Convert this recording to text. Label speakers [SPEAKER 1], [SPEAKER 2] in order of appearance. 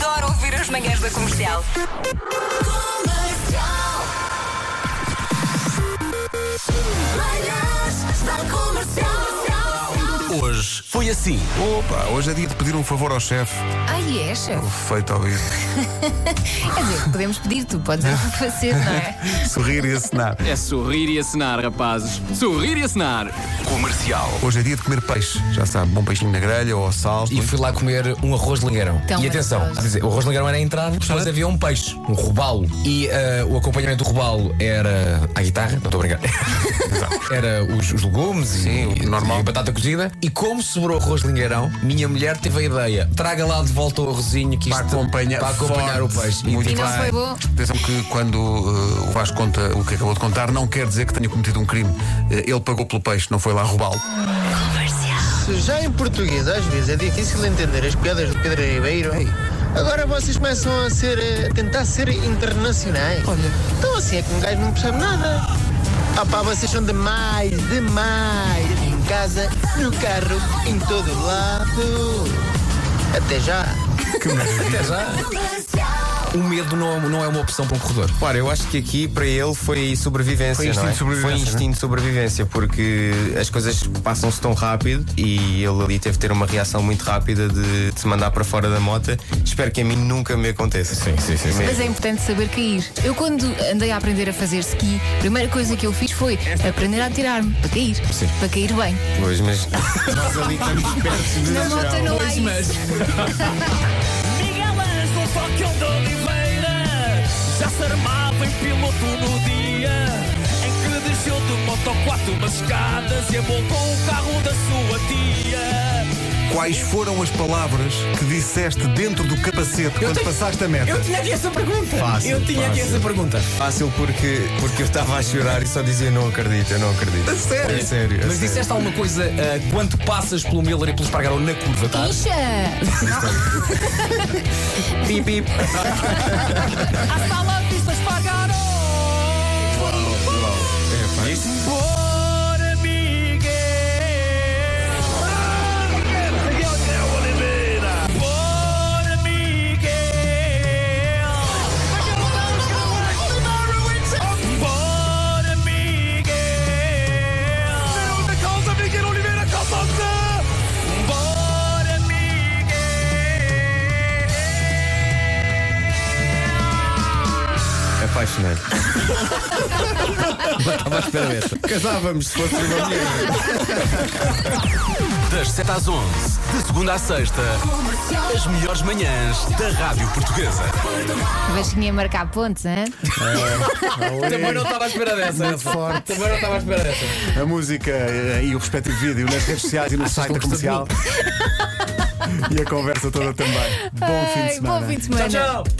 [SPEAKER 1] Adoro ouvir as manhãs da comercial.
[SPEAKER 2] Hoje foi assim.
[SPEAKER 3] Opa, hoje é dia de pedir um favor ao chefe.
[SPEAKER 4] Ah, é, chefe.
[SPEAKER 3] Feito ao isso.
[SPEAKER 4] Quer dizer, podemos pedir, tu podes é o que fazer, não é?
[SPEAKER 3] Sorrir e acenar.
[SPEAKER 5] É sorrir e acenar, rapazes. Sorrir e acenar.
[SPEAKER 2] Comercial.
[SPEAKER 3] Hoje é dia de comer peixe. Já sabe, bom peixinho na grelha ou ao sal.
[SPEAKER 6] E fui lá comer um arroz de lingueirão.
[SPEAKER 4] Tão
[SPEAKER 6] e atenção,
[SPEAKER 4] maravilhoso.
[SPEAKER 6] quer dizer, o arroz de lingueirão era a entrar, depois havia um peixe, um robalo. E ah, o acompanhamento do robalo era a guitarra, não estou a brincar. era os, os legumes
[SPEAKER 3] Sim,
[SPEAKER 6] e,
[SPEAKER 3] o normal.
[SPEAKER 6] e a batata cozida. E como sobrou arroz de lingueirão, minha mulher teve a ideia: traga lá de volta o arrozinho que isto
[SPEAKER 3] Para acompanhar,
[SPEAKER 6] para acompanhar
[SPEAKER 3] forte.
[SPEAKER 6] o peixe.
[SPEAKER 3] Muito
[SPEAKER 4] E
[SPEAKER 3] bem.
[SPEAKER 4] não foi bom?
[SPEAKER 3] Pensam que quando eh, o Vasco conta o que acabou de contar, não quer dizer que tenha cometido um crime. Eh, ele pagou pelo peixe, não foi lá roubá-lo.
[SPEAKER 7] Se já em português às vezes é difícil entender as piadas do Pedro Ribeiro, agora vocês começam a ser eh, a tentar ser internacionais. Olha. Então assim é que um gajo não percebe nada. Ah pá, vocês são demais, demais. Em casa, no carro, em todo lado. Até já.
[SPEAKER 6] Até já. O medo não, não é uma opção para um corredor.
[SPEAKER 8] Claro, eu acho que aqui para ele foi sobrevivência,
[SPEAKER 3] Foi instinto
[SPEAKER 8] não é?
[SPEAKER 3] de sobrevivência,
[SPEAKER 8] Foi instinto de sobrevivência, porque as coisas passam-se tão rápido e ele ali teve de ter uma reação muito rápida de, de se mandar para fora da moto. Espero que a mim nunca me aconteça. Sim, sim, sim.
[SPEAKER 4] Mas é importante saber cair. Eu, quando andei a aprender a fazer ski, a primeira coisa que eu fiz foi aprender a tirar-me para cair. Para cair bem.
[SPEAKER 8] Pois, mas nós ali estamos perto de
[SPEAKER 4] Na moto não há isso.
[SPEAKER 9] Miguel Ângelo Falcão de Oliveira Já se armava em piloto no dia Em que desceu de moto quatro umas escadas E abordou o carro da sua tia
[SPEAKER 3] Quais foram as palavras que disseste dentro do capacete quando passaste a meta?
[SPEAKER 6] tinha aqui essa pergunta.
[SPEAKER 8] Fácil,
[SPEAKER 6] eu tinha aqui
[SPEAKER 8] fácil.
[SPEAKER 6] essa pergunta.
[SPEAKER 8] Fácil porque, porque eu estava a chorar e só dizia não acredito, eu não acredito. A sério? É sério. é
[SPEAKER 6] Mas
[SPEAKER 8] sério.
[SPEAKER 6] disseste alguma coisa ah, quando passas pelo Miller e pelo Espargaró na curva, tá?
[SPEAKER 4] Ixa!
[SPEAKER 8] Pip, pip.
[SPEAKER 9] As talantistas pagaram Por Miguel Oliveira Por Miguel Bora, Miguel! Segunda causa, Miguel Oliveira, calçada! Bora, Miguel!
[SPEAKER 8] Apaixonante. Estava à espera dessa. Casávamos se fosse uma mulher.
[SPEAKER 2] Das 7 às 11, de segunda à sexta, as melhores manhãs da Rádio Portuguesa.
[SPEAKER 4] Baixinha a marcar pontos, hein?
[SPEAKER 6] Também não estava à espera dessa. Elsa. Também não estava à espera dessa.
[SPEAKER 10] a música eh, e o respectivo vídeo nas redes sociais e no site da comercial. e a conversa toda também. Bom fim de
[SPEAKER 4] Ai,
[SPEAKER 10] semana.
[SPEAKER 4] Bom fim de semana.
[SPEAKER 6] Tchau.